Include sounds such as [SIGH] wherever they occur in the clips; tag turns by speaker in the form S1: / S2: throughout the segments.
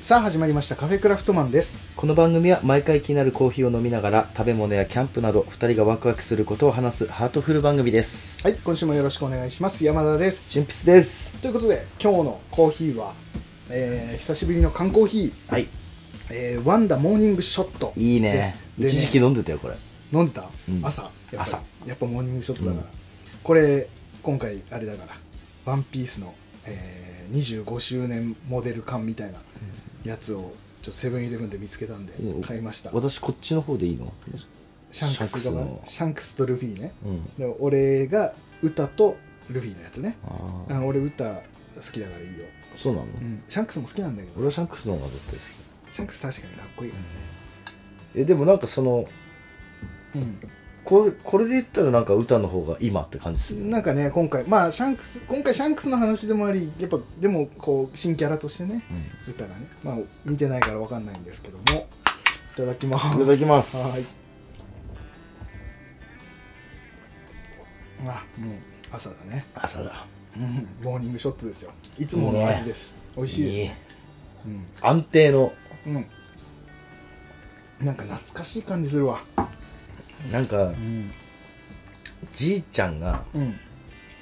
S1: さあ始まりましたカフェクラフトマンです
S2: この番組は毎回気になるコーヒーを飲みながら食べ物やキャンプなど2人がワクワクすることを話すハートフル番組です
S1: はい今週もよろしくお願いします山田です
S2: 純筆です
S1: ということで今日のコーヒーは、えー久しぶりの缶コーヒ
S2: はい
S1: ー、えーワンダモーニングショット
S2: いいね
S1: です
S2: 一時期飲んでたよこれ
S1: 飲んでた、
S2: うん
S1: 朝やっぱり
S2: 朝
S1: やっぱモーニングショットだから、
S2: うん
S1: これ今回あれだから「ワンピースの、えー25周年モデル缶みたいなやつをちょっとセブンイレブンで見つけたんで
S2: うん
S1: 買いました
S2: 私こっちの方でいいの
S1: シャンクスがシャ
S2: シ
S1: ンクスとルフィね
S2: うん
S1: で俺が歌とルフィのやつね
S2: あ
S1: あ
S2: あ
S1: 俺歌好きだからいいよ
S2: そうなの
S1: ん、シャンクスも好きなんだけ
S2: 俺
S1: ど
S2: はシャンクスの方が絶対好
S1: シャンクス確かにかっこいいからね
S2: きえでもなんかその
S1: うん
S2: これこれで言ったらなんか歌の方が今って感じする
S1: なんかね今回まあシャンクス今回シャンクスの話でもありやっぱでもこう新キャラとしてね
S2: うん
S1: 歌がねまあ見てないからわかんないんですけどもいただきます
S2: いただきます
S1: はいあもう朝だね、
S2: 朝だ
S1: うん、モーニングショットですよいつもの味です美味しいです
S2: いい
S1: うん
S2: 安定の
S1: うんなんか懐かしい感じするわ
S2: なんか
S1: うん
S2: じいちゃんが
S1: うん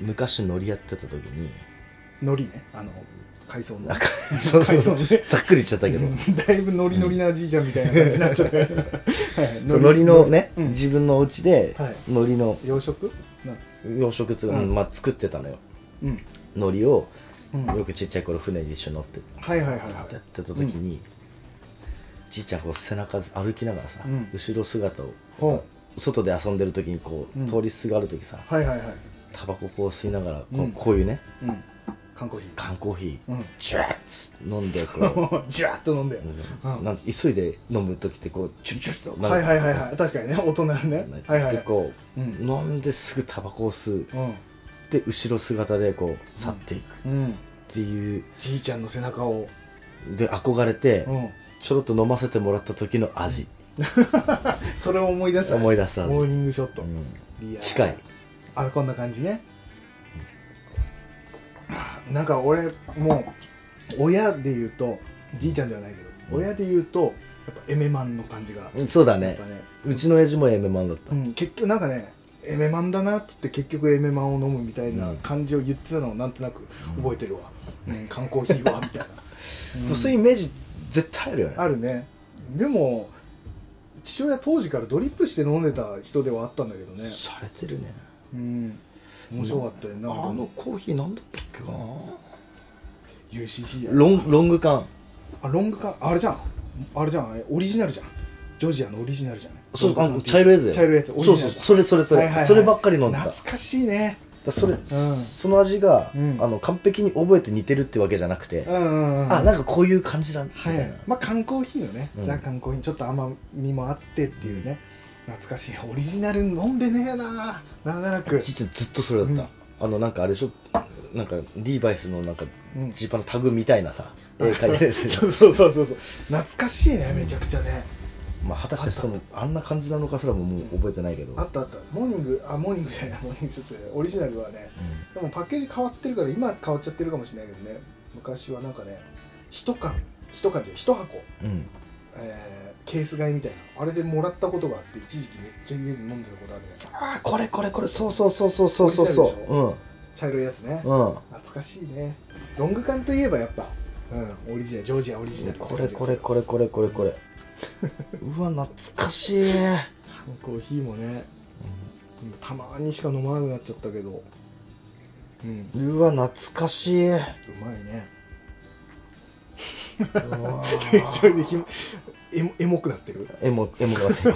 S2: 昔乗りやってた時 [LAUGHS] に
S1: 海苔ねあの海藻の
S2: なんかそうそうそう
S1: 海藻ね
S2: ざっくり言っちゃったけど
S1: うんだいぶノリノリなじいちゃんみたいな感じになっちゃったはいはい
S2: [LAUGHS] そう海苔のね、
S1: うん
S2: 自分のお家で
S1: はい
S2: 海苔の
S1: 洋食な
S2: 養殖つ、
S1: うん
S2: まあ、作ってたのよ
S1: うん
S2: 海苔を
S1: うん
S2: よくちっちゃい頃船に一緒に乗って
S1: はいはいはいは
S2: やってた時に、じいちゃんこう背中歩きながらさ、
S1: うん
S2: 後ろ姿を
S1: いは
S2: 外で遊んでる時にこう、
S1: うん
S2: 通りすがる時さ
S1: いはいはいはい
S2: タバコこう吸いながらこう,、
S1: うん
S2: こういうね
S1: うん缶コーヒ
S2: 缶コーヒー、
S1: うん
S2: ジュワッつ飲んでこう
S1: ー [LAUGHS] じわっと飲んでうん
S2: [LAUGHS] なんて急いで飲む時ってこうチュルチュルっとなん
S1: は
S2: か
S1: いはいはいはい確かにね大人のねはいはい
S2: でこう、
S1: うん
S2: 飲んですぐタバコを吸う
S1: うん
S2: で後ろ姿でこう去っていく
S1: うん
S2: っていう、
S1: じいちゃんの背中を
S2: で憧れて
S1: うん
S2: ちょろっと飲ませてもらった時の味、
S1: それを思い出す
S2: 思い出す味、
S1: モーニングショット
S2: うん
S1: いやー
S2: 近い
S1: あこんな感じね、なんか俺もう親で言うとじいちゃんではないけど、
S2: うん
S1: 親で言うとやっぱエメマンの感じが、
S2: うんそうだ
S1: やっ
S2: ね
S1: ぱね、
S2: うちの親父もエメマンだった、
S1: うん、結局なんかねエメマンだなっつって結局エメマンを飲むみたいな
S2: うん
S1: 感じを言ってたのをなんとなく覚えてるわ、うん、缶コーヒーはみたいな、
S2: で [LAUGHS]
S1: うん
S2: もそういうイメージ絶対あるよね
S1: あるねでも父親当時からドリップして飲んでた人ではあったんだけどね
S2: 洒落てるね
S1: うん面白かったよ
S2: あ
S1: な、
S2: のコーヒーなんだったっけかな
S1: UCC や
S2: ロンロング缶
S1: あロング缶あれじゃんあれじゃんオリジナルじゃんジョージアのオリジナルじゃない
S2: そうあ
S1: ロン
S2: の
S1: グ缶って
S2: 茶色いやつだよ
S1: 茶色いやつオ
S2: そ
S1: リ
S2: う
S1: ジ
S2: そ
S1: ナ
S2: う
S1: ル
S2: それそれそれ、
S1: はいはいはい
S2: そればっかり飲んだだ
S1: 懐かしいね
S2: からそれ、
S1: ん
S2: その味が、
S1: うん
S2: あの完璧に覚えて似てるってわけじゃなくて、
S1: うんうんうん
S2: あなんかこういう感じだみ
S1: は
S2: たいな、
S1: いまあ缶コーヒーのね、
S2: うん
S1: ザ缶コーヒーちょっと甘みもあってっていうね懐かしいオリジナル飲んでねえな長らく
S2: [LAUGHS] ちっちゃいずっとそれだった、あのなんかあれでしょなんかリーバイスのなんか
S1: うん
S2: ジーパンのタグみたいな [LAUGHS] さ、絵描いてるやつ
S1: そうそうそうそうそう懐かしいねめちゃくちゃね
S2: まあ果たしてそのあんな感じなのかすらももう覚えてないけど
S1: あったあったモーニングあモーニングじゃないモーニングちょっとねオリジナルはね
S2: う
S1: でもパッケージ変わってるから今変わっちゃってるかもしれないけどね昔はなんかね一缶一缶で一箱、
S2: ん、うん、
S1: えーケース買いみたいなあれでもらったことがあって一時期めっちゃ家で飲んでたことあるね
S2: ああこれこれこれそうそうそうそうそうそ
S1: オ
S2: う
S1: リジナルでし
S2: そ
S1: 茶色いやつね
S2: ううんうん
S1: 懐かしいねロング缶といえばやっぱうんオリジナルジョージアオリジナルって
S2: こ
S1: 感じで
S2: れ
S1: す
S2: これこれこれこれこれうわ懐かしい
S1: 缶コーヒーもねたまにしか飲まなくなっちゃったけどうん
S2: うわ懐かしいう
S1: まいね
S2: わ
S1: [LAUGHS] ちょいでひもエモエモくなってる
S2: エモエモかって [LAUGHS] る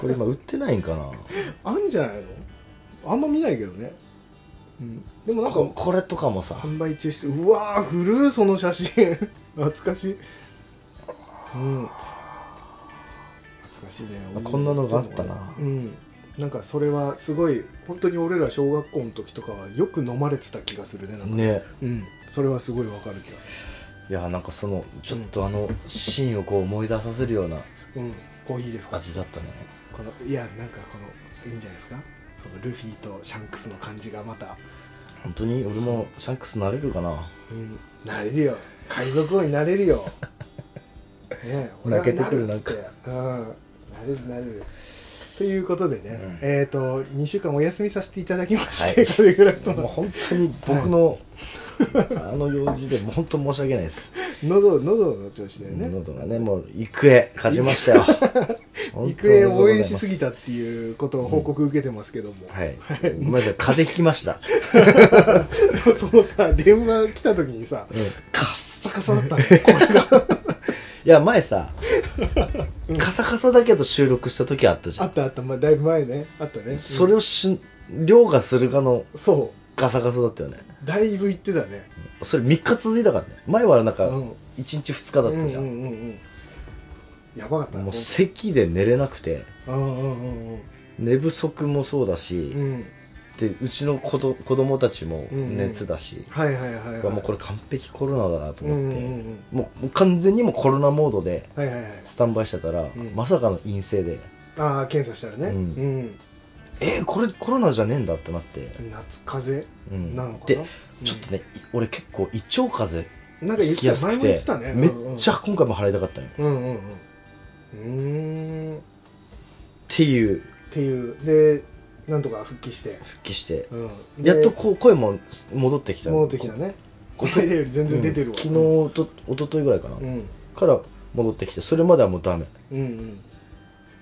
S2: これ今売ってないんかな
S1: あんじゃないのあんま見ないけどね、うん、でもなん
S2: こ
S1: か
S2: これとかもさ
S1: 販売中してうわー古いその写真 [LAUGHS] 懐かしいうん懐かしいね
S2: あこんなのがあったな
S1: うんなんかそれはすごい本当に俺ら小学校の時とかはよく飲まれてた気がするねなんか
S2: ね
S1: うんそれはすごいわかる気がす
S2: いやなんかそのちょっとあのシーンをこう思い出させるような
S1: るうんコーヒーですか
S2: 味だったね
S1: このいやなんかこのいいんじゃないですかそのルフィとシャンクスの感じがまた
S2: 本当に俺もシャンクスなれるかな
S1: うんなれるよ海賊王になれる
S2: [LAUGHS]
S1: よね俺は
S2: 泣けてくる
S1: なっつってうんなれるなれるということでね、
S2: うん
S1: えっ、と2週間お休みさせていただきまし
S2: は
S1: て、
S2: い
S1: これぐらい
S2: もう
S1: の
S2: 本当に僕 [LAUGHS] の、あの用事でもう本当申し訳ないです、
S1: 喉喉の調子でね
S2: 喉がねもう育英勝ちました [LAUGHS] よ本
S1: 育
S2: 当に
S1: 英
S2: おめでとうご
S1: 応
S2: ざい
S1: 援
S2: ま
S1: しすぎたっていうことを報告受けてますけども、
S2: はいごめんなさい風邪ひきま [LAUGHS] した、
S1: そのさ電話来た時にさ
S2: うんい
S1: カッサカサだったの声が
S2: や前さ、カサカサだけど収録した時あったじゃ
S1: あ
S2: ん
S1: ったあった、まあ、だいぶ前ねあったね
S2: それをし凌駕するかの
S1: そ
S2: ガサガサだったよね
S1: うだいぶ言ってたね
S2: それ3日続いたからね前はなんか
S1: う
S2: 1
S1: ん
S2: 日2日だったじゃん、
S1: うんうんうんうんやばかったな
S2: もう咳で寝れなくて
S1: うんうんうんうん
S2: 寝不足もそうだし、
S1: うん
S2: でうちの子ど子供たちも
S1: うんうん
S2: 熱だし、
S1: はいはいはいはい
S2: いやもうこれ完璧コロナだなと思って、
S1: うんうんうん
S2: もうもう完全にもうコロナモードで
S1: はいはいはい
S2: スタンバイしてたら、
S1: ん
S2: まさかの陰性で
S1: ああ検査したらね
S2: う
S1: うんん、
S2: えー、これコロナじゃねえんだってなって、
S1: 夏風
S2: うん、
S1: 邪なのか
S2: で
S1: な、
S2: ちょっとね、い俺結構胃腸風邪
S1: うん、なんか言
S2: 引
S1: っ
S2: き
S1: て
S2: や
S1: た
S2: す
S1: 前
S2: く
S1: も
S2: て
S1: 言ってたね
S2: めっち
S1: ゃ
S2: ゃ今回も払いたかったのよ、
S1: うんうんうんうんうーんっ
S2: っていう
S1: ていうでなんとか復帰して、
S2: 復帰して
S1: うん、で
S2: やっとこう声も戻ってきた
S1: 戻ってきたねこの間より全然出てるわ、
S2: 昨日おと一昨日ぐらいかな、
S1: うん
S2: から戻ってきてそれまではもうダメ
S1: うんうん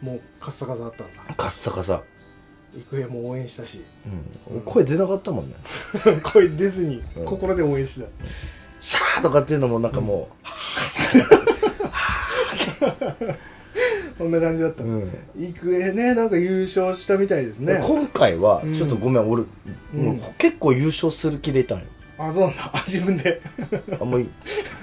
S1: もうカッサカサだったんだ
S2: カッサカサ、
S1: 育英も応援したし
S2: うん、声出なかったもんね
S1: [LAUGHS] 声出ずに
S2: うん
S1: 心で応援してた
S2: シャーとかっていうのもなんかも
S1: こんな感じだった
S2: う、
S1: の育英ねなんか優勝したみたいですね
S2: 今回は
S1: うん
S2: ちょっとごめん、俺、
S1: うん
S2: もう結構優勝する気でいたんよ
S1: あそうなんだ [LAUGHS] 自分で
S2: あもう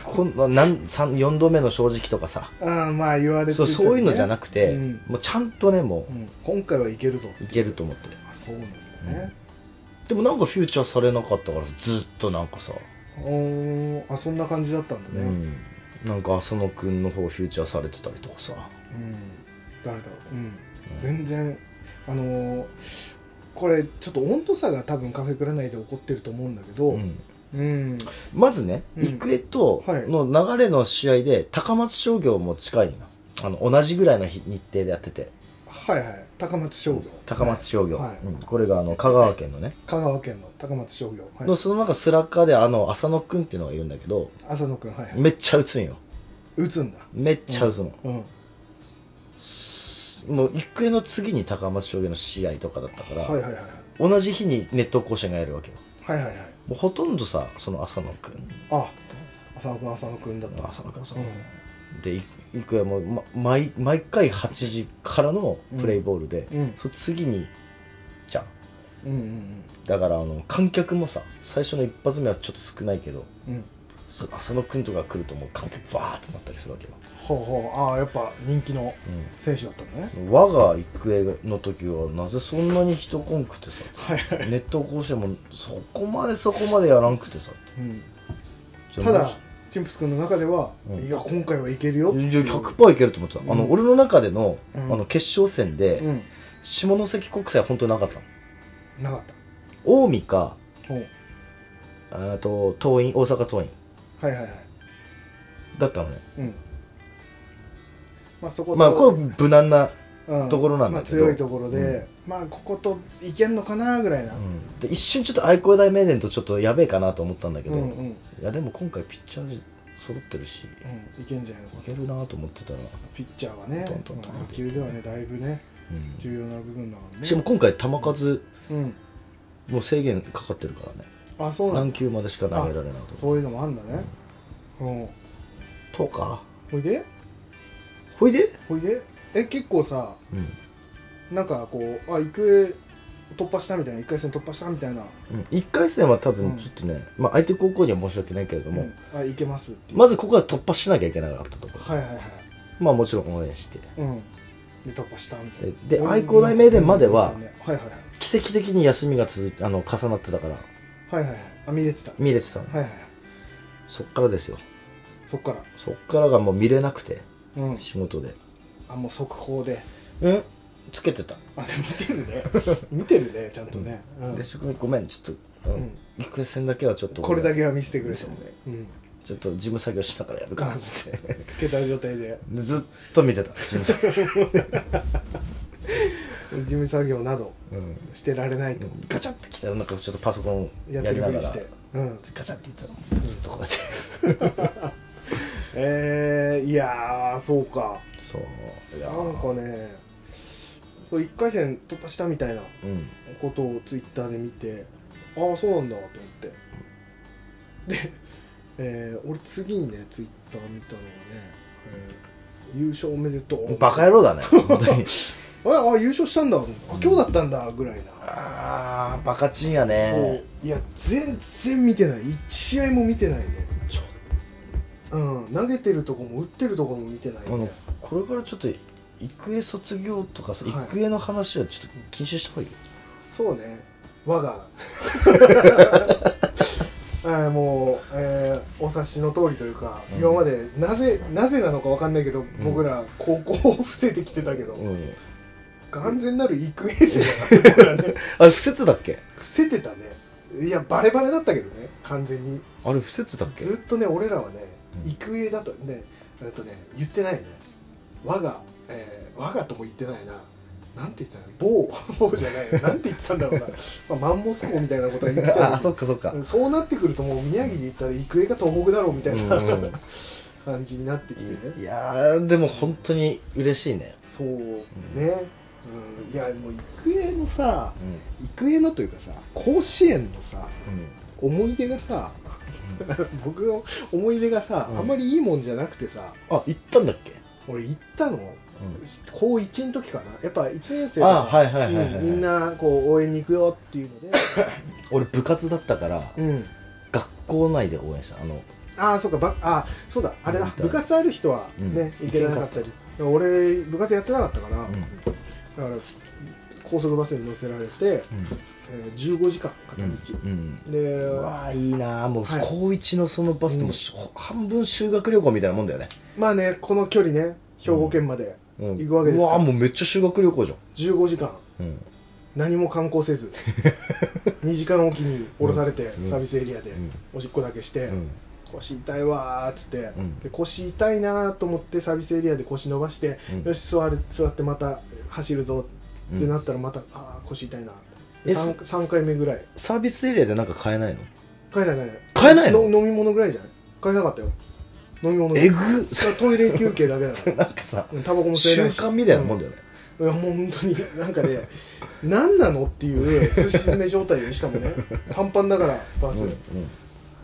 S2: こんななん三4度目の正直とかさ
S1: ああまあ言われて
S2: そうそういうのじゃな
S1: く
S2: くて、
S1: うん
S2: もうちゃんとねも
S1: 今回はいけるぞ
S2: ういけると思って
S1: あそうなんだね
S2: でもなんかフューチャーされなかったからずっとなんかさ、
S1: おーあそんな感じだったんだ
S2: う
S1: ね
S2: ん、なんか浅野君の方フューチャーされてたりとかさ
S1: うん誰だろううん全然あのーこれちょっと温度差が多分カフェクラ内で起こってると思うんだけど
S2: うん
S1: うん
S2: まずね、
S1: うん
S2: 育英と
S1: はい
S2: の流れの試合で高松商業も近いのよあの同じぐらいの日日程でやってて
S1: はいはい高松商業
S2: 高松商業、
S1: はい
S2: うんこれがあの香川県のね、
S1: 香川県の高松商業、はい
S2: のその中スラッガーであの浅野くんっていうのがいるんだけど
S1: 浅野君はいはい
S2: めっちゃ打つんよ
S1: 打つんだ
S2: めっちゃ打つの、
S1: うん
S2: もう育英の次に高松商業の試合とかだったから、
S1: はいはいはいはい
S2: 同じ日に熱湯甲子園がやるわけよ
S1: はいはいはい
S2: もうほとんどさその浅野くん
S1: あ浅野君浅野君だった
S2: 浅野くん浅野くん、
S1: うん
S2: でい育英も、ま、毎毎回8時からのプレイボールで、
S1: うんうん
S2: そ次にじゃ
S1: う
S2: ん
S1: んうん
S2: だからあの観客もさ最初の一発目はちょっと少ないけど
S1: うんうん
S2: そ浅野くんとか来るともう観客バーってなったりするわけよ、
S1: ほうほうああやっぱ人気の選手だったのね、
S2: 我が育英の時はなぜそんなに人こんくてさ
S1: はいはい、
S2: ネット甲子園もそこまでそこまでやらんくてさって
S1: うん、
S2: じゃあ
S1: た
S2: も
S1: だ
S2: し
S1: チンプス君の中では、
S2: うん
S1: いや今回はいけるよって
S2: いや100%いけると思ってた、あの
S1: うん
S2: 俺の中での,、
S1: うん
S2: あの決勝戦で、
S1: うん
S2: 下関国際は本当なかったの
S1: なかっ
S2: 近江か
S1: たほう
S2: あと桐蔭大阪桐蔭
S1: はいはいはい
S2: だったのね
S1: うんまあそこと
S2: まあこれ無難な、
S1: うん
S2: ところなんだけど
S1: まあ、強いところで、まあここといけんのかなぐらいな、
S2: で一瞬ちょっと愛工大名電とちょっとやべえかなと思ったんだけ
S1: うん
S2: ど、
S1: うん
S2: い
S1: うん
S2: やでも今回ピッチャー陣揃ってるし、い
S1: いけんじゃないのかな
S2: けるなと思ってたら、
S1: ピッチャーはね
S2: トントントン
S1: まあ野球ではねだいぶね
S2: うん
S1: 重要な部分だからね
S2: しかも今回球数
S1: うん
S2: もう制限かかってるからね
S1: あそうなん
S2: 何
S1: だ
S2: 球までしか投げられないと
S1: そういうのもあんだねうん
S2: とか
S1: ほいで
S2: ほいで、
S1: ほいでえ結構さ
S2: うん
S1: なんかこうあ育英突破したみたいな1回戦突破したみたいな
S2: 1回戦は多
S1: う
S2: 分
S1: ん
S2: ちょっとね、まあ、相手高校には申し訳ないけれども、
S1: うんあいけますっていう
S2: まずここは突破しなきゃいけなかったところ、
S1: はいはいはい
S2: まあもちろん応援して
S1: うんで突破したみたいな
S2: でで
S1: うん
S2: 愛工大名電までは
S1: うんはいはいはい
S2: 奇跡的に休みが続いあの重なってたから
S1: はいはいはいあ見れてたはい
S2: 見れてたの
S1: はいはい
S2: そっからですよ
S1: そっから
S2: そっからがもう見れなくて
S1: うん
S2: 仕事で
S1: あもう速報で
S2: うんつけてた、
S1: あでも見てる
S2: [LAUGHS]
S1: ね見てるねちゃんとねうん
S2: で職員ごめんちょっと、う
S1: うん
S2: ん、育英戦だけはちょっと
S1: これだ
S2: け
S1: けは見せてくれと
S2: 見せてく
S1: うん
S2: ちょっと事務作業しながらやるかなっつって
S1: つけた状態で
S2: でずっと見てた事務作業、
S1: 事務作業など
S2: うん、
S1: してられないと
S2: ガチャってきたらなんかちょっとパソコン
S1: や
S2: や
S1: って
S2: り
S1: る
S2: な
S1: ふ
S2: が
S1: り
S2: ら
S1: して、うん、
S2: ガチャって言ったらずっとこうやって
S1: えー、いやーそうか
S2: そういや
S1: な
S2: ー
S1: んかねそう1回戦突破したみたいな
S2: うん
S1: ことをツイッターで見てああそうなんだと思ってで、えー俺次にねツイッター見たのがね、えー優勝おめでとう
S2: バカ野郎だね本
S1: [LAUGHS]
S2: 当に
S1: ああ優勝したんだあ今日だったんだぐらいな、
S2: ああバカチンやね
S1: そういや全然見てない1試合も見てないね
S2: ちょ
S1: うん投げてるとこも打ってるとこも見てない
S2: あの
S1: ね
S2: これからちょっと育英卒業とかさ、
S1: はい
S2: 育英の話はちょっと禁止した方がいいよ
S1: そうね我が [LAUGHS] えーもう、えーお察しの通りというか、
S2: うん
S1: 今までなぜなぜなのかわかんないけど、
S2: ん
S1: 僕ら高校を伏せてきてたけど、
S2: うん
S1: 完全なる育英生だな僕らね
S2: あれ伏せてたっけ
S1: 伏せてたねいやバレバレだったけどね完全に
S2: あれ伏せてたっけ
S1: ずっとね俺らはね
S2: うん
S1: 育英だとねえっとね言ってないね我が、えー、我がとも言ってないななんて言ってたの某 [LAUGHS] 某じゃないなんて言ってたんだろうな、まあ、マンモス校みたいなことは言ってたの
S2: ああそっかそっか
S1: うんそうなってくるともう宮城で言ったら育英か東北だろうみたいな、
S2: うんうん
S1: 感じになってきてね
S2: いやーでも本当に嬉しいね
S1: そうね、うん、いやもう育英のさ育英のというかさ甲子園のさ
S2: う
S1: 思い出がさ [LAUGHS] 僕の思い出がさ、
S2: うん
S1: あんまりいいもんじゃなくてさ、
S2: んあ行ったんだっけ
S1: 俺行ったの
S2: うん
S1: 高1の時かなやっぱ1年生
S2: あはいはいはいはい
S1: うんみんなこう応援に行くよっていうので、
S2: 俺部活だったから
S1: うん、
S2: 学校内で応援したあの
S1: ああそうかばあそうだあれだ
S2: うん
S1: 部活ある人はね、
S2: うん
S1: 行けなかったり俺部活やってなかったから、だから高速バスに乗せられて、えー15時間片道、
S2: うん
S1: で
S2: うわーいいなーもう
S1: はい
S2: 高1のそのバスでもし、半分修学旅行みたいなもんだよね、
S1: まあねこの距離ね兵庫県まで
S2: うん、
S1: 行くわけです
S2: う
S1: か
S2: わーもうめっちゃ修学旅行じ
S1: 15時間
S2: ゃん、うん
S1: 何も観光せ
S2: [LAUGHS]
S1: ず2時間おきに降ろされて、
S2: うん
S1: サービスエリアで、
S2: うん
S1: おしっこだけして、
S2: うん
S1: 腰痛いわーっつって、
S2: うん
S1: で腰痛いなーと思ってサービスエリアで腰伸ばして、
S2: うん
S1: よし座る座ってまた走るぞ
S2: うん
S1: ってなったらまた、あー腰痛いな
S2: え
S1: 3,
S2: す
S1: 3回目ぐらい
S2: サービスエリアでなんか買えないの
S1: 買えない買えない
S2: 買えないの
S1: 飲み物ぐらいじゃない買えなかったよ飲み物
S2: えぐ
S1: トイレ休憩だ
S2: [LAUGHS]
S1: けだから
S2: なんかさ
S1: うんタバコも吸え
S2: 習
S1: ないし
S2: 慣みたいなもんだよね、
S1: いやもう本当になんかね何なのっていうすし詰め状態でしかも
S2: [LAUGHS]
S1: ね短パンだからバ
S2: うん
S1: ス、
S2: うん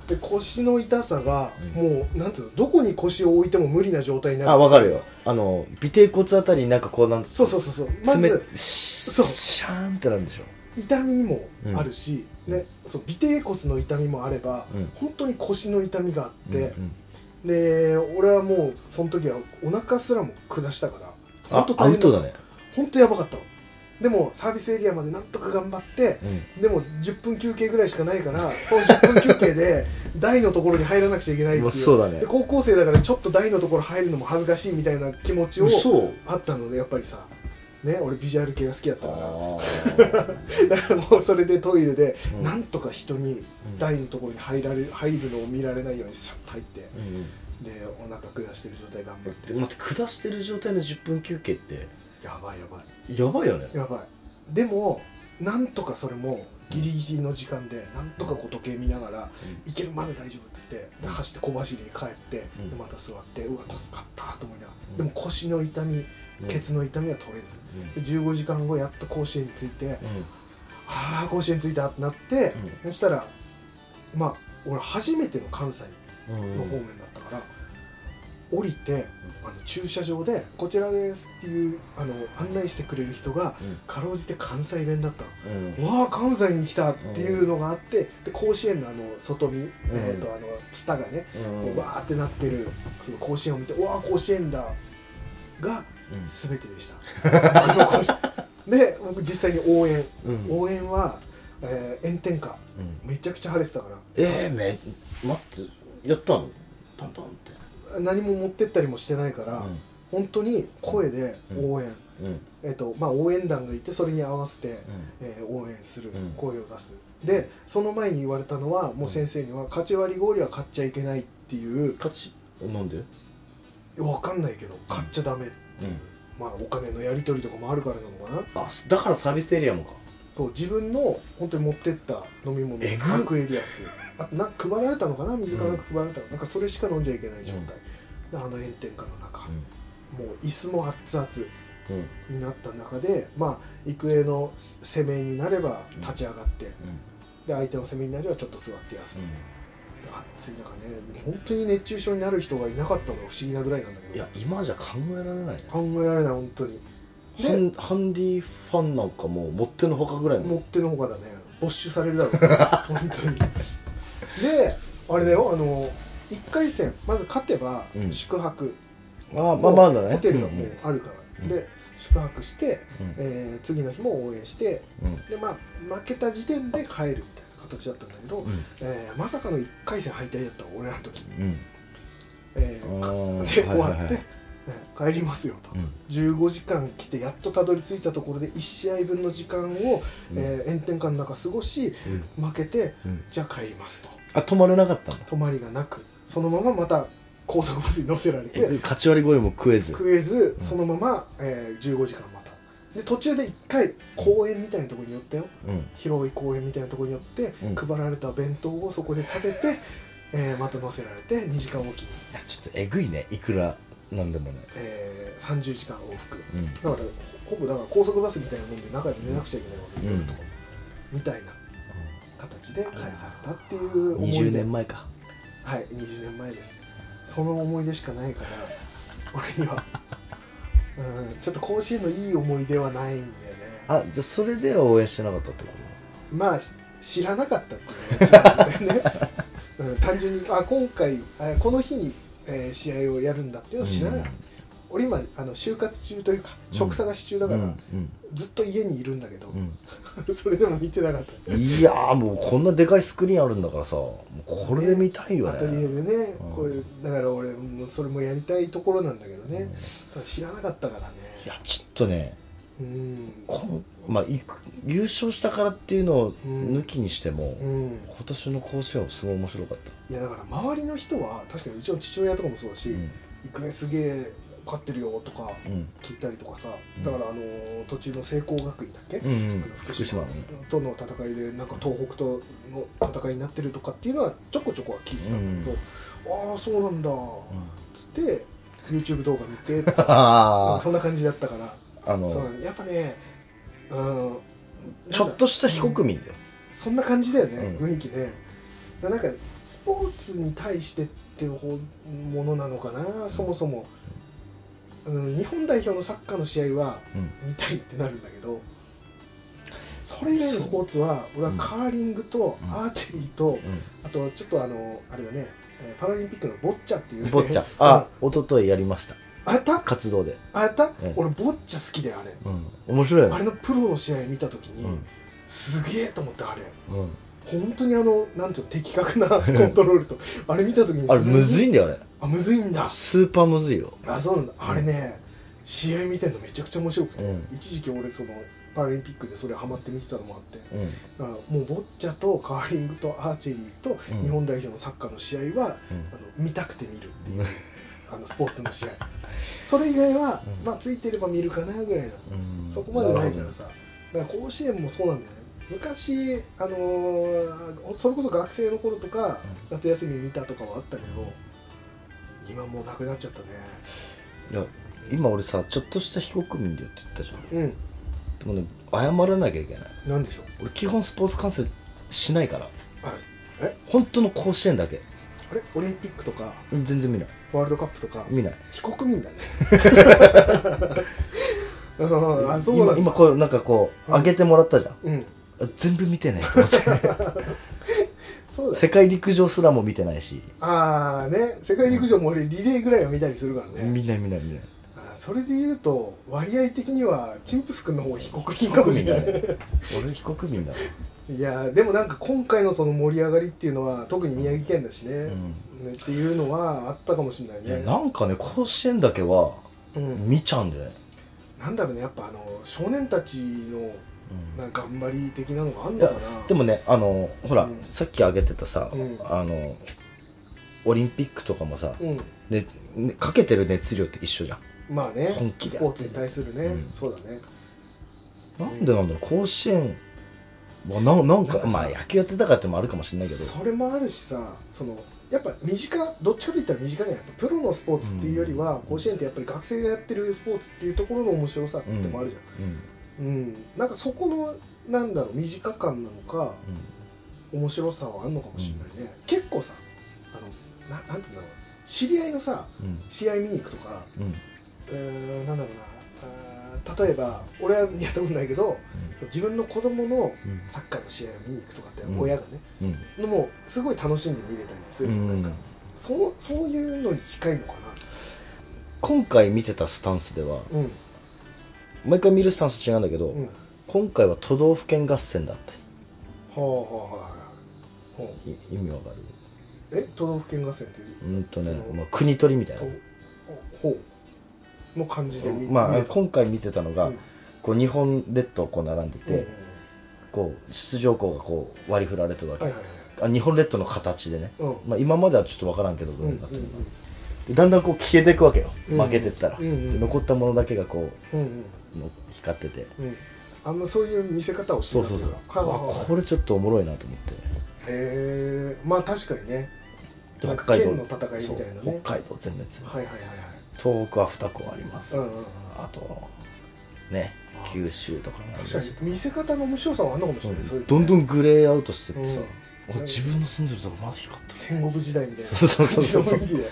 S1: で腰の痛さが、
S2: う
S1: もうなんていうのどこに腰を置いても無理な状態になる
S2: あわかるよあの尾てい骨あたりになんかこうなんつ
S1: そうそうそうそうま
S2: 爪
S1: ず
S2: シ
S1: そう
S2: シャーンってなるんでしょ
S1: 痛みもあるし、
S2: うん
S1: ね、そう尾てい骨の痛みもあれば、
S2: うん
S1: 本当に腰の痛みがあって
S2: う、ん
S1: で俺はもうその時はお腹すらも下したから
S2: うんあ
S1: 本当
S2: ア
S1: 大
S2: ウ
S1: 変
S2: トだね、
S1: 本当やばかったのでもサービスエリアまでなんとか頑張って
S2: うん
S1: でも10分休憩ぐらいしかないからその10分休憩で台のところに入らなくちゃいけないっていう
S2: うわそうだね
S1: で高校生だからちょっと台のところ入るのも恥ずかしいみたいな気持ちを [LAUGHS]
S2: 嘘
S1: あったのでやっぱりさね俺ビジュアル系が好きだったか
S2: あ
S1: らだからもうそれでトイレで、
S2: うん
S1: なんとか人に台のところに入られ入るのを見られないようにさ入って
S2: ー、うんうん
S1: でお腹下してる状態頑張って
S2: で待って下してる状態の10分休憩って
S1: やばいやばい
S2: やばいよね
S1: やばいでもなんとかそれもギリギリの時間でなんとかこう時計見ながら行けるまだ大丈夫っつってで走って小走りに帰って
S2: うん
S1: でまた座ってうわ助かったと思いなが
S2: うん
S1: らでも腰の痛み
S2: うん
S1: ケツの痛みは取れずで15時間後やっと甲子園に着いてああ甲子園着いたってなってそしたらまあ俺初めての関西
S2: うんうん
S1: の方面だったから降りてあの駐車場で「こちらです」っていうあの案内してくれる人が
S2: うん
S1: かろうじて関西弁だったの。
S2: うん
S1: わあ関西に来たっていうのがあってで甲子園のあの外見、えー、とあのツタがね、
S2: うん
S1: わーってなってるその甲子園を見てうわあ甲子園だが全てでした僕の甲子園 [LAUGHS] で僕実際に応援
S2: うんうん
S1: 応援は、えー炎天下めちゃくちゃ晴れてたから
S2: えー、め待ってやったのトントンって
S1: 何も持ってったりもしてないから、本当に声で応援、
S2: うんうん
S1: えーとまあ、応援団がいてそれに合わせて、
S2: う
S1: えー応援する
S2: うん
S1: 声を出す、でその前に言われたのはもう先生には勝ち割り氷は買っちゃいけないっっていう
S2: 価値なんで
S1: わかんないけど買っちゃダメっていう、
S2: うん
S1: まあお金のやり取りとかもあるからなのかな
S2: あだからサービスエリアもか
S1: そう自分の本当に持ってった飲み物
S2: えぐ
S1: 各エリア数あとなんか配られたのかな水かなんか配られたの、なんかそれしか飲んじゃいけない状態、であの炎天下の中、もう椅子も熱々
S2: うんうん
S1: になった中でまあ育英の攻めになれば立ち上がって、で相手の攻めになればちょっと座って休んで、暑い中ね本当に熱中症になる人がいなかったのが不思議なぐらいなんだ
S2: い
S1: けど
S2: や今じゃ考えられないね
S1: 考えられない本当に
S2: ハンハンディファンなんかもう持ってのほかぐらいの
S1: 持ってのほかだね没収される
S2: [LAUGHS]
S1: だろう本当にであれだよあの1回戦まず勝てば
S2: うん
S1: 宿泊、
S2: ああまあまあだね
S1: ホテルがもうあるから、
S2: うん
S1: で宿泊して、
S2: うん
S1: えー次の日も応援して
S2: うん
S1: でまあ負けた時点で帰るみたいな形だったんだけど、
S2: うん
S1: えーまさかの1回戦敗退だった俺らの時、
S2: うん
S1: えー
S2: あー
S1: で終
S2: はいはい
S1: わ
S2: はい
S1: って、えー帰りますよと、
S2: うん
S1: 15時間来てやっとたどり着いたところで1試合分の時間を、
S2: うん
S1: えー炎天下の中過ごし負けて
S2: うん
S1: じゃあ帰りますと
S2: あ泊まれなかったんだ
S1: 泊まりがなくそのまままた高速バスに乗せられ
S2: え
S1: て
S2: [LAUGHS] カチ割り声も食えず
S1: 食えずそのまま、えー15時間またで途中で1回公園みたいなところに寄ったよ
S2: うん
S1: 広い公園みたいなところに寄って、
S2: うん
S1: 配られた弁当をそこで食べて、えーまた乗せられて2時間おきに、
S2: いやちょっとえぐいねいくらなんでもね
S1: えー30時間往復、
S2: うん
S1: だからほぼだから高速バスみたいなもんで中で寝なくちゃいけないわけ、
S2: うん
S1: 夜とかもみたいな形で返されたっていう思い
S2: 20
S1: 出
S2: 年前か
S1: はい20年前ですその思い出しか
S2: [LAUGHS]
S1: ないから俺にはうんちょっと甲子園のいい思い出はないんだよね
S2: あじゃあそれでは応援してなかったってこ
S1: まあし知らなかったっていうのが一番
S2: [LAUGHS]
S1: だよね、うん、単純にあ今回あこの日に、えー試合をやるんだっていうの
S2: と
S1: を知らなかった、俺今あの就活中というか職探し中だから、
S2: うん
S1: ずっと家にいるんだけど、
S2: うん、
S1: [LAUGHS] それでも見てなかった
S2: うんいやーもうこんなでかいスクリーンあるんだからさもうこれで見たいよ
S1: アトリエ
S2: ね
S1: でね、
S2: うん
S1: こういうだから俺もうそれもやりたいところなんだけどね、
S2: うん
S1: ただ知らなかったからね
S2: いやちょっとね
S1: うん
S2: こん、まあ、いく優勝したからっていうのを
S1: うん
S2: 抜きにしても、
S1: うん
S2: 今年の甲子園はすごい面白かった、
S1: いやだから周りの人は確かにうちの父親とかもそうだし
S2: うん
S1: 「育、英、すげえ勝ってるよ」とか
S2: うん
S1: 聞いたりとかさ、
S2: うん
S1: だからあのー途中の聖光学院だっけ、
S2: うんうん
S1: あの
S2: 福島のね
S1: との戦いでなんか東北との戦いになってるとかっていうのはちょこちょこは聞いてたんだけど、ああそうなんだっつって YouTube 動画見てとかなん
S2: [LAUGHS] あ
S1: かそんな感じだったから。
S2: ああの
S1: そうやっぱねうん
S2: ちょっとした非国民だよ、
S1: そんな感じだよね、
S2: うん
S1: 雰囲気ねだなんかスポーツに対してっていう方ものなのかなそもそも、うん、日本代表のサッカーの試合は
S2: うん
S1: 見たいってなるんだけどそれ以外のスポーツは俺はカーリングと
S2: うん
S1: アーチェリーと、
S2: う
S1: あとちょっとあのあれだねえーパラリンピックのボッチャっていう、ね、
S2: ん、ボッチャあ一昨日やりました
S1: あやった
S2: 活動で、
S1: あやった、
S2: ええ
S1: 俺ボッチャ好きであれ
S2: うん、面白いよ
S1: あ
S2: ね
S1: れのプロの試合見た時に、
S2: うん
S1: すげえと思ってあれ
S2: うん
S1: 本当にあのなんていうの的確な [LAUGHS] コントロールとあれ見た時に
S2: あれむずいんだよね
S1: あむずいんだ
S2: スーパーむずいよ
S1: あそうなんだあれね試合見てんのめちゃくちゃ面白くて、
S2: うん
S1: 一時期俺そのパラリンピックでそれハマって見てたのもあって
S2: うん
S1: だからもうボッチャとカーリングとアーチェリーと
S2: うん
S1: 日本代表のサッカーの試合は、
S2: うん
S1: あの見たくて見るっていうあのスポーツの試合それ以外は、
S2: うん
S1: まあついてれば見るかなぐらいなの
S2: うん
S1: そこまでないからさ、だから甲子園もそうなんだよね昔、あのーそれこそ学生の頃とか夏休み見たとかはあったけど今もうなくなっちゃったね
S2: いや今俺さちょっとした非国民だよって言ったじゃん
S1: うん
S2: でもね謝らなきゃいけない
S1: なんでしょう
S2: 俺基本スポーツ観戦しないから
S1: あえ
S2: 本当の甲子園だけ
S1: あれオリンピックとか
S2: うん全然見ない
S1: ワールドカップとか
S2: 見ない
S1: 非国 [LAUGHS] 民だねうんあそうなん
S2: 今
S1: だ
S2: 今こうなんかこう上げてもらったじゃん
S1: うん
S2: あ全部見てないと
S1: [LAUGHS]
S2: 思って
S1: そうだ
S2: 世界陸上すらも見てないし
S1: ああね世界陸上も俺リレーぐらいは見たりするからね
S2: 見ない見ない見ない
S1: あそれで言うと割合的にはチンプス君の方が非国民かもしれない
S2: ね俺非国民だわ
S1: いやでもなんか今回のその盛り上がりっていうのは特に宮城県だしね,、ねっていうのはあったかもしれない
S2: いや
S1: ね
S2: なんかね甲子園だけは
S1: うん、
S2: 見ちゃうんだよね、
S1: なんだろうねやっぱあの少年たちの
S2: うん
S1: なんか頑張り的なのがあん
S2: い
S1: の
S2: や
S1: かな
S2: でもねあのほら、
S1: うん
S2: さっき上げてたさ、
S1: うん
S2: あのオリンピックとかもさ、
S1: うん
S2: でねかけてる熱量って一緒じゃん
S1: まあね
S2: 本気で
S1: スポーツに対するね、
S2: うん
S1: そうだね
S2: なんでなんだろう甲子園はななん
S1: なん
S2: か
S1: かさ
S2: まあ野球やってたからってのもあるかもしれないけど
S1: それもあるしさそのやっぱ身近どっちかといったら身近じゃんやっぱプロのスポーツっていうよりは、
S2: うん
S1: 甲子園ってやっぱり学生がやってるスポーツっていうところの面白さってもあるじゃん、
S2: うんうん
S1: うん、なんかそこのなんだろう身近感なのか面白さはあるのかもしれないね、結構さあのななんつうんだろう知り合いのさ
S2: うん
S1: 試合見に行くとか
S2: うんうん
S1: うーんなんだろうなあー例えば俺はやったことないけど自分の子供のサッカーの試合を見に行くとかって
S2: うん
S1: 親がね、
S2: うんうん
S1: のもすごい楽しんで見れたりするじゃん、
S2: うん
S1: なんかそうそういうのに近いのか
S2: 今回見てたスタンスでは
S1: なうん
S2: 毎回見るスタンス違うんだけど、
S1: うんは
S2: 今回は都道府県合戦だって
S1: あはあはあはい
S2: 意味わかる
S1: あえ都道府県合戦っていう
S2: うんとね
S1: その、
S2: まあ、国取りみたいな
S1: とほうの感じで見,、
S2: まあ
S1: 見れた
S2: 今回見てたのが、
S1: うん
S2: こう日本列島こう並んでて、
S1: うん
S2: こう出場校がこう割り振られてるわけ、
S1: はいはいはい
S2: あ日本列島の形でね、
S1: うん
S2: まあ、今まではちょっとわからんけどど
S1: うん
S2: れ
S1: うん
S2: だったのか、でだんだんこう消えていくわけよ、
S1: うん
S2: 負けてったら、
S1: うんうん
S2: で残ったものだけがこ
S1: うんうん
S2: うの光ってて
S1: うんあんまそういう見せ方をして
S2: そう
S1: た
S2: そ
S1: ん
S2: う
S1: だ
S2: そ
S1: はい
S2: う、
S1: はいはい
S2: あこれちょっとおもろいなと思って
S1: へえまあ確かにね
S2: で
S1: なんか県の戦いみたいなね
S2: そう北海道全滅
S1: はいはいはいはい
S2: 東北は2校あります、
S1: うんうんうん
S2: あとね
S1: あー
S2: 九州とかもある
S1: 確
S2: し
S1: かに見せ方の面白さはあんのかもしれない、そういう
S2: どんどんグレーアウトしてってさ、
S1: うん
S2: 俺自分の住んでるとこまだ光ってる
S1: 戦国時代みたいな
S2: そうそうそうそう
S1: 感じの雰囲気で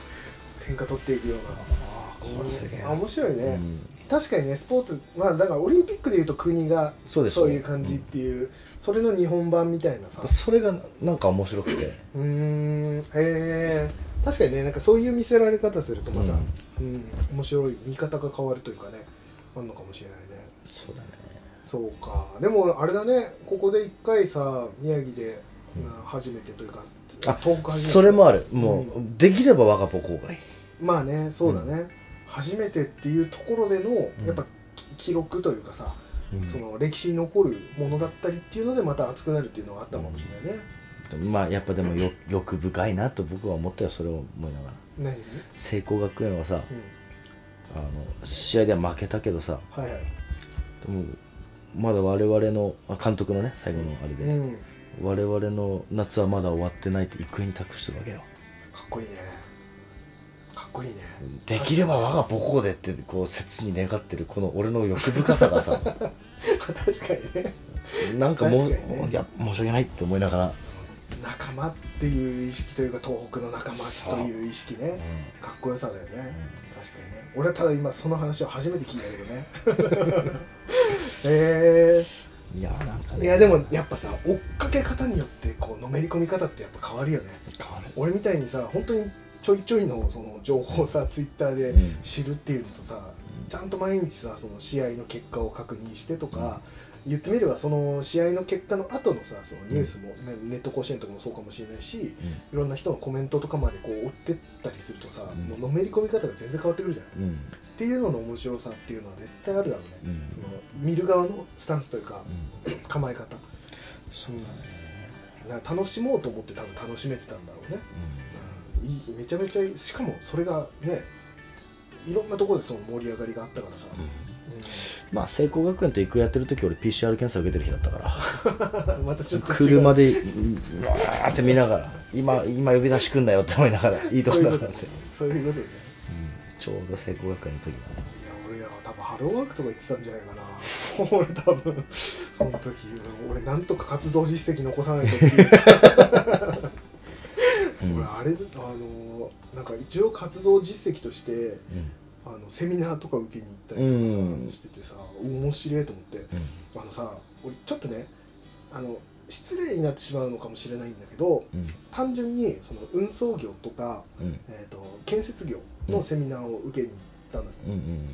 S1: 天下取っていくような
S2: ああこれすげえ
S1: あ面白いね、
S2: うん
S1: 確かにねスポーツまあだからオリンピックでいうと国が
S2: そうでしょ
S1: そういう感じっていう、それの日本版みたいなさ
S2: それがなんか面白くて
S1: うーんへえ確かにねなんかそういう見せられ方するとまた、うん面白い見方が変わるというかねあんのかもしれないね
S2: そうだね
S1: そうかでもあれだねここで一回さ宮城で、
S2: うん
S1: まあ初めてというか
S2: あ
S1: 東北初めて
S2: それもあるもう、
S1: う
S2: できれば我が子郊外
S1: まあねそうだね、初めてっていうところでのやっぱき記録というかさ、その歴史に残るものだったりっていうのでまた熱くなるっていうのがあったかもしれないね、
S2: まあやっぱでもよ欲深いなと僕は思ったよそれを思いながら
S1: 何、うん、
S2: 聖光学園はさあの試合では負けたけどさ
S1: はいはい
S2: でもまだ我々のあ監督のね最後のあれで、
S1: うん
S2: 我々の夏はまだ終わってないって幾重に託してるわけよ
S1: かっこいいねかっこいいね
S2: できれば我が母校でってこう切に願ってるこの俺の欲深さがさ
S1: 確かにね
S2: なんかもう
S1: 確かにね
S2: いや申し訳ないって思いながら、
S1: その仲間っていう意識というか東北の仲間という意識
S2: うん
S1: ねかっこよさだよね、確かにね俺はただ今その話を初めて聞いたけどね [LAUGHS] えー、
S2: いやなんか
S1: いやでもやっぱさ追っかけ方によってこうのめり込み方ってやっぱ変わるよね
S2: 変わる
S1: 俺みたいにさ本当にちょいちょいのその情報をさツイッターで
S2: うん
S1: 知るっていうのとさちゃんと毎日さその試合の結果を確認してとか、言ってみればその試合の結果の後のさそのニュースも、ねネット甲子園とかもそうかもしれないしいろんな人のコメントとかまでこう追ってったりするとさ、
S2: うん
S1: もうのめり込み方が全然変わってくるじゃんっ
S2: うんうん
S1: ていうのの面白さっていうのは絶対あるだろうね、
S2: うん
S1: その見る側のスタンスというか、構え方
S2: そうだね
S1: だから楽しもうと思って多分楽しめてたんだろうね、うん、いいめちゃめちゃいいしかもそれがねいろんなところでその盛り上がりがあったからさ、
S2: うん
S1: う
S2: まあ聖光学園と行くやってる時俺 PCR 検査受けてる日だったから [LAUGHS]
S1: んまたちょっと違う
S2: 車でうわーって見ながら今今呼び出し来んなよって思いながらいいとこだからって
S1: そういうことね
S2: ちょうど聖光学園の時だね
S1: いや俺は多分ハローワークとか言ってたんじゃないかな [LAUGHS] 俺多分その時俺なんとか活動実績残さないとっていうさ
S2: う
S1: [LAUGHS]
S2: ん
S1: 俺あれあのなんか一応活動実績として
S2: うん
S1: あのセミナーとか受けに行ったりとかさ、
S2: うん
S1: しててさ面白いと思って
S2: うん
S1: あのさ俺ちょっとねあの失礼になってしまうのかもしれないんだけど
S2: うん
S1: 単純にその運送業とか、
S2: うん
S1: えー、と建設業のセミナーを受けに行ったのよ、
S2: うんうん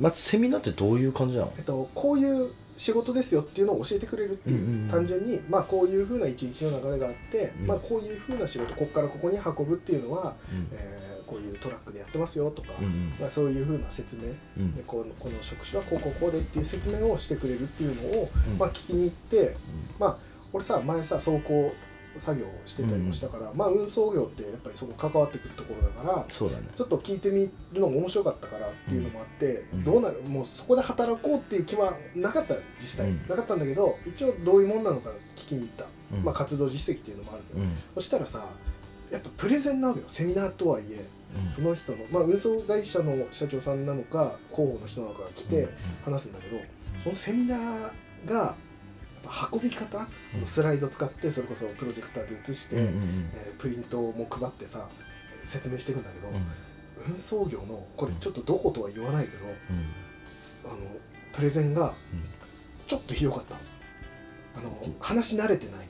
S2: まずセミナーってどういう感じなの
S1: えっと、こういう仕事ですよっていうのを教えてくれるっていう,、
S2: うんうんうん
S1: 単純に、まあ、こういうふうな一日の流れがあって、
S2: うん
S1: まあ、こういうふうな仕事ここからここに運ぶっていうのは、えーこういうトラックでやってますよとか、
S2: うんうん
S1: まあ、そういうふうな説明
S2: うんうん
S1: でこのこの職種はこうこうこうでっていう説明をしてくれるっていうのを、
S2: うん
S1: まあ、聞きに行って、まあ、俺さ前さ走行作業をしてたりもしたから、まあ運送業ってやっぱりそこ関わってくるところだから
S2: そうだね
S1: ちょっと聞いてみるのも面白かったからっていうのもあって、
S2: うん
S1: どうなるもうそこで働こうっていう気はなかった実際、
S2: うん
S1: なかったんだけど一応どういうもんなのか聞きに行った、
S2: うん
S1: まあ、活動実績っていうのもあるけ
S2: う
S1: ど、
S2: ん
S1: そしたらさやっぱプレゼンなわけよセミナーとはいえ
S2: うん
S1: その人の、まあ、運送会社の社長さんなのか広報の人なのかが来て話すんだけどそのセミナーがやっぱ運び方
S2: うん
S1: スライド使ってそれこそプロジェクターで映して、
S2: うんうんうん
S1: えープリントも配ってさ説明していくんだけど、
S2: うん
S1: 運送業のこれちょっとどことは言わないけど
S2: うん
S1: すあのプレゼンがちょっとひどかったのあの話慣れてない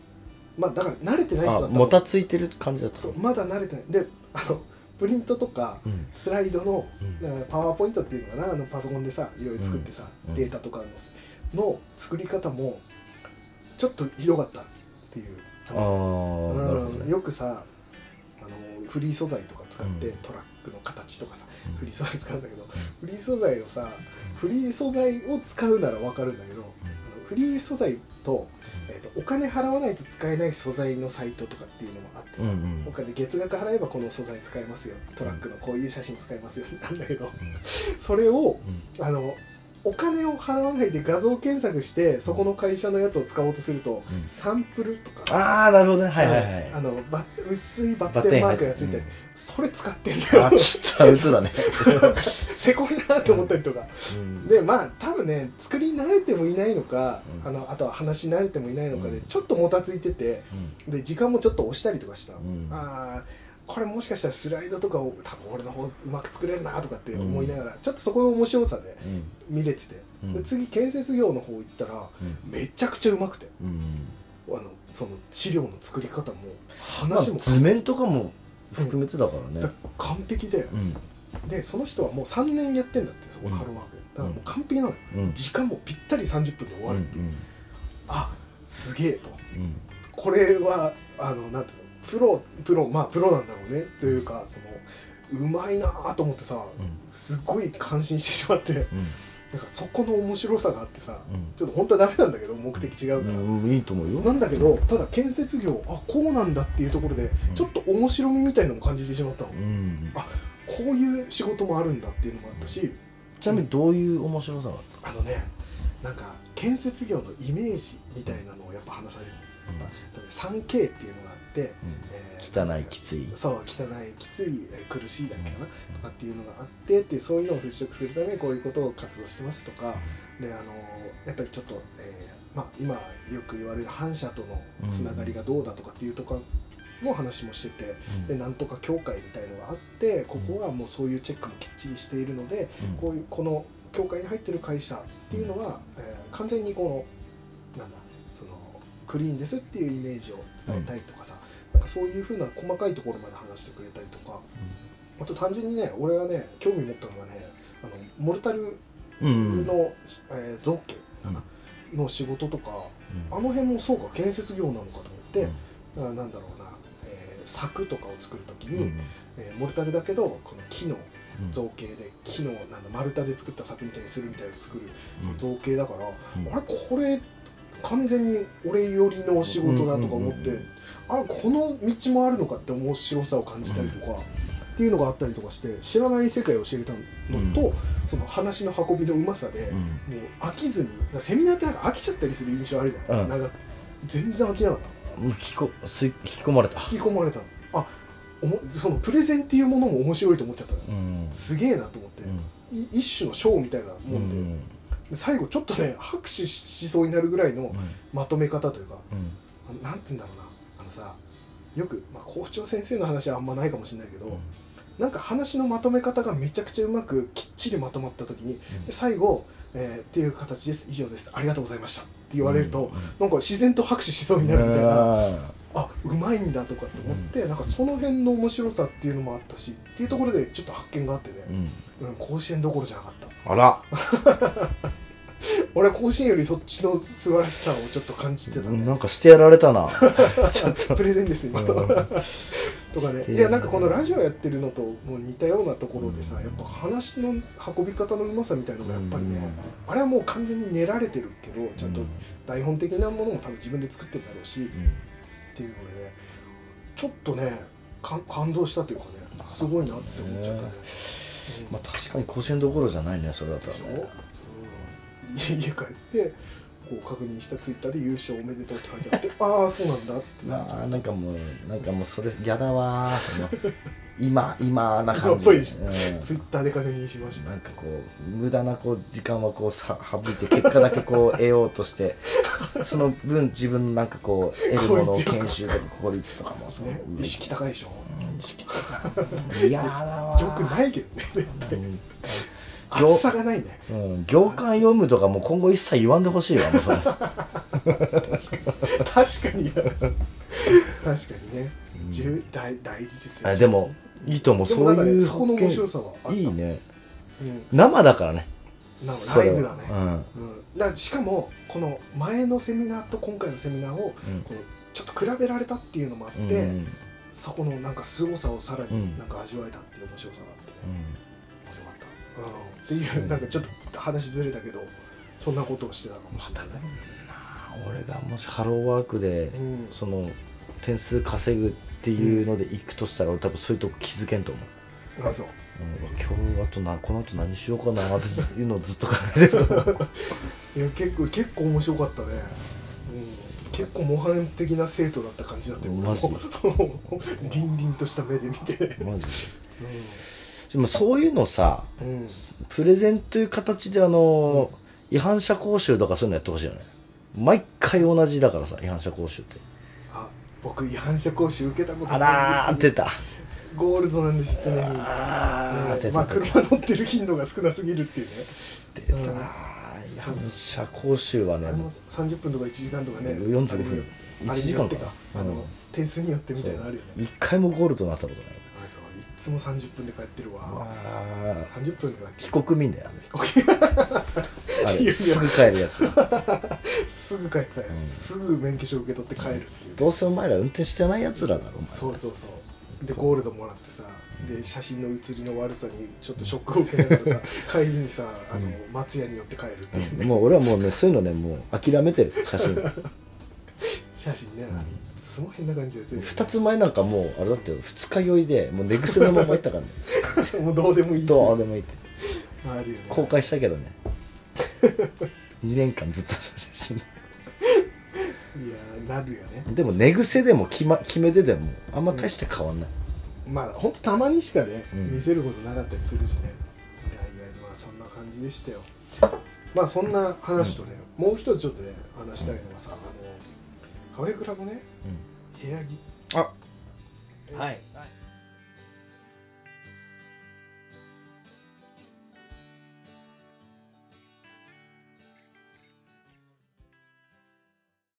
S1: まあだから慣れてない人だ
S2: あ
S1: ったの
S2: もたついてる感じだった
S1: そ
S2: の
S1: うまだ慣れてないであのプリントとか
S2: うん
S1: スライドの
S2: うん
S1: だからパワーポイントっていうのかなあのパソコンでさいろいろ作ってさ、
S2: うん
S1: データとかのの作り方もちょっとひどかったっていう
S2: ああなるほど
S1: うん
S2: ね
S1: よくさあのフリー素材とか使って、
S2: うん
S1: トラックの形とかさ
S2: うん
S1: フリー素材使うんだけど、フリー素材をさフリー素材を使うならわかるんだけど、あのフリー素材と,、えーとお金払わないと使えない素材のサイトとかっていうのもあって
S2: うん
S1: さ、
S2: うん
S1: お金月額払えばこの素材使えますよトラックのこういう写真使えますよなんだけどそれをあのお金を払わないで画像検索してそこの会社のやつを使おうとすると、
S2: うん
S1: サンプルとか
S2: ああなるほどねはいはい
S1: あ
S2: はい
S1: のバッ薄いバ
S2: バ
S1: ッ
S2: ッテ
S1: テ
S2: ン
S1: ン
S2: 入
S1: マ
S2: っ
S1: ー
S2: て
S1: ク
S2: る
S1: がついてる、それ使ってんだよ
S2: あちょっと嘘だね
S1: [LAUGHS] せこいなと思ったりとか
S2: うん
S1: でまあ多分ね作り慣れてもいないのか、
S2: うん
S1: あのあとは話し慣れてもいないのかで、
S2: うん
S1: ちょっともたついてて
S2: うん
S1: で時間もちょっと押したりとかしたの、
S2: うん
S1: あーこれもしかしたらスライドとかを多分俺の方うまく作れるなとかって思いながら、ちょっとそこの面白さで
S2: うん
S1: 見れてて、
S2: うん
S1: で次建設業の方行ったら
S2: うん
S1: めちゃくちゃうまくて
S2: うん
S1: あのその資料の作り方も
S2: まあ
S1: 話も、
S2: 図面とかも含めてだから
S1: だ
S2: ね
S1: から完璧だよ、
S2: うん
S1: でその人はもう3年やってんだってそこのハローワークでだからもう完璧なのよ
S2: うん
S1: 時間もぴったり30分で終わるっていう、
S2: うん
S1: あすげえと
S2: うん
S1: これはあのなんていうのプロプロまあプロなんだろうねというかそのうまいなぁと思ってさ
S2: うん
S1: すっごい感心してしまって
S2: うん
S1: なんかそこの面白さがあってさ
S2: うん
S1: ちょっと本当はダメなんだけど目的違うから、
S2: うんいいと思うよ
S1: なんだけどただ建設業あこうなんだっていうところで
S2: うん
S1: ちょっと面白みみたいのも感じてしまったの、
S2: うん
S1: あこういう仕事もあるんだっていうのもあったし、
S2: ちなみにどういう面白さがあ
S1: あ
S2: っ
S1: のねなんか建設業のイメージみたいなのをやっぱ話される
S2: た
S1: やっぱだって 3K っていうのがあって、えー
S2: 汚いきつい
S1: そう汚いきついえー苦しいだっけかな、とかっていうのがあってっていうそういうのを払拭するためにこういうことを活動してますとかであのーやっぱりちょっと、えーまあ、今よく言われる反社とのつながりがどうだとかっていうとかの話もしててでなんとか協会みたいのがあってここはもうそういうチェックもきっちりしているのでこういうこの協会に入ってる会社っていうのは、えー完全にこのなんだそのクリーンですっていうイメージを伝えたいとかさ、なんかそういうふうな細かいところまで話してくれたりとかあと単純にね俺がね興味持ったのがねあのモルタル
S2: うん
S1: の、
S2: うん
S1: えー造形かな、の仕事とかあの辺もそうか建設業なのかと思って、あなんだろうな、えー柵とかを作るときに、えーモルタルだけどこの木の造形で木のなんだ丸太で作った柵みたいにするみたいなの作る造形だから、あれこれ完全に俺寄りの仕事だとか思って、
S2: うんうん
S1: あこの道もあるのかって面白さを感じたりとか、っていうのがあったりとかして知らない世界を知れたのと、その話の運びのうまさで、もう飽きずにだからセミナーってなんか飽きちゃったりする印象あるじゃん、
S2: うん
S1: 長くて全然飽きなかった
S2: 引きこす引き込まれた
S1: 引き込まれたのあおもそのプレゼンっていうものも面白いと思っちゃったの
S2: うん
S1: すげえなと思って、い一種のショーみたいなもんで、で最後ちょっとね拍手しそうになるぐらいのまとめ方というかあのなんて言うんだろうなあのさよく、まあ、校長先生の話はあんまないかもしれないけど、なんか話のまとめ方がめちゃくちゃうまくきっちりまとまった時にで最後、えーっていう形です以上ですありがとうございました」って言われると、
S2: うん
S1: なんか自然と拍手しそうになるみたいな。あうまいんだとかって思って、なんかその辺の面白さっていうのもあったしっていうところでちょっと発見があってね、うん、甲子園どころじゃなかった
S2: あら
S1: 俺は甲子園よりそっちの素晴らしさをちょっと感じてたね
S2: なんかしてやられたな
S1: プレゼンです今とかねいやなんかこのラジオやってるのともう似たようなところでさやっぱ話の運び方のうまさみたいのがやっぱりねあれはもう完全に練られてるけどちゃんと台本的なものも多分自分で作ってるだろうしっていうので、ね、ちょっとねか感動したというかねすごいなって思っちゃったね
S2: へ。まあ、確かに甲子園どころじゃないねそれだった
S1: で
S2: ら
S1: しょ、
S2: ね
S1: うん、家家帰ってこう確認したツイッターで優勝おめでとうって書いてあってああそうなんだってなっちゃ
S2: なあなんかもうなんかもうそれ嫌だわーその今今な感じ
S1: やっぱりし
S2: うん
S1: うツイッターで確認しました
S2: なんかこう無駄なこう時間はこうさ省いて結果だけこう得ようと [LAUGHS] してその分自分のなんかこう得るものを
S1: 効率よく
S2: 研修とか効率とかもそう、
S1: ね意識高いでしょ意識高
S2: 嫌だわ
S1: いよくないけどね
S2: [LAUGHS]
S1: 絶対
S2: うん
S1: 厚さがないね
S2: うん、行間読むとかもう今後一切言わんでほしいわもうそれ
S1: 確かに確かにね、重大大事ですよ
S2: [LAUGHS] あでもいいと思う
S1: でも
S2: そ
S1: な
S2: うん
S1: かね
S2: いう
S1: そこの面白さはあった
S2: いいね
S1: うん
S2: 生だからね
S1: 生
S2: それ
S1: ラ
S2: は
S1: イブだね
S2: うん
S1: うん、だからしかもこの前のセミナーと今回のセミナーを
S2: うん
S1: こうちょっと比べられたっていうのもあって、
S2: うんうん
S1: そこのなんか凄さをさら
S2: うん
S1: になんか味わえたっていう面白さがあってね、面白かった、うん、って
S2: そう
S1: いうなんかちょっと話ずれたけどそんなことをしてたかもしれないね、
S2: あー俺がもしハローワークで、
S1: うん
S2: その点数稼ぐっていうので行くとしたら俺多分そういうとこ気づけんと思う、
S1: あそう
S2: うん今日あとなこの後何しようかなっていうのをずっと考
S1: [LAUGHS]
S2: えてる
S1: いや結構結構面白かったね、うん、結構模範的な生徒だった感じだったよ
S2: マ
S1: [LAUGHS]
S2: ジ
S1: 凛々とした目で見て、
S2: マジででもそういうのさ
S1: うんうん、
S2: プレゼンという形であの、違反者講習とかそういうのやってほしいよね毎回同じだからさ違反者講習って
S1: あ僕違反者講習受けたこと
S2: あ
S1: な
S2: ら
S1: い
S2: ー
S1: ん
S2: っ
S1: です
S2: てた
S1: ゴールドなんです常に、
S2: あー
S1: ね
S2: 出た
S1: まあ車乗ってる頻度が少なすぎるっていうね
S2: 出たなー違反者講習はね
S1: あ
S2: も
S1: の
S2: う
S1: 30分とか1時間とかね
S2: 45分
S1: あれ
S2: 1時
S1: に
S2: 間
S1: よ
S2: か
S1: ってか
S2: な
S1: あ
S2: うん
S1: の点数によってみたいなのあるよね
S2: 一回もゴールドになったことない
S1: あそういっつも30分で帰ってるわ
S2: あ
S1: 30分だっけ
S2: 非国民だよね
S1: 飛行
S2: あ
S1: いやい
S2: れ
S1: や
S2: すぐ帰るやつ
S1: 機 [LAUGHS] すぐ帰ってたよ、すぐ免許証受け取って帰るっていう、
S2: どうせお前ら運転してないやつらだろお前ら
S1: そうそうそうでゴールドもらってさで写真の写りの悪さにちょっとショックを受けながら [LAUGHS] さ帰りにさあの松屋に寄って帰るっていうね、
S2: うんもう俺はもうねそういうのねもう諦めてる写真
S1: [LAUGHS] 写真ね、あれいつも変な感じで全部
S2: 2つ前なんかもうあれだって二日酔いでもう寝癖のまま行ったからね
S1: もうどうでもいい
S2: どうでもいいって
S1: [LAUGHS] あるよね
S2: 公開したけどね [LAUGHS] 2年間ずっと写真
S1: いやーなるよね
S2: でも寝癖でも決,、ま、決めてでもあんま大して変わんない、
S1: まあほんとたまにしかね、
S2: うん
S1: 見せることなかったりするしねいやいやまあそんな感じでしたよまあそんな話とね、もう一つちょっとね話したいのがさ、あの川倉のね部屋着
S2: あはい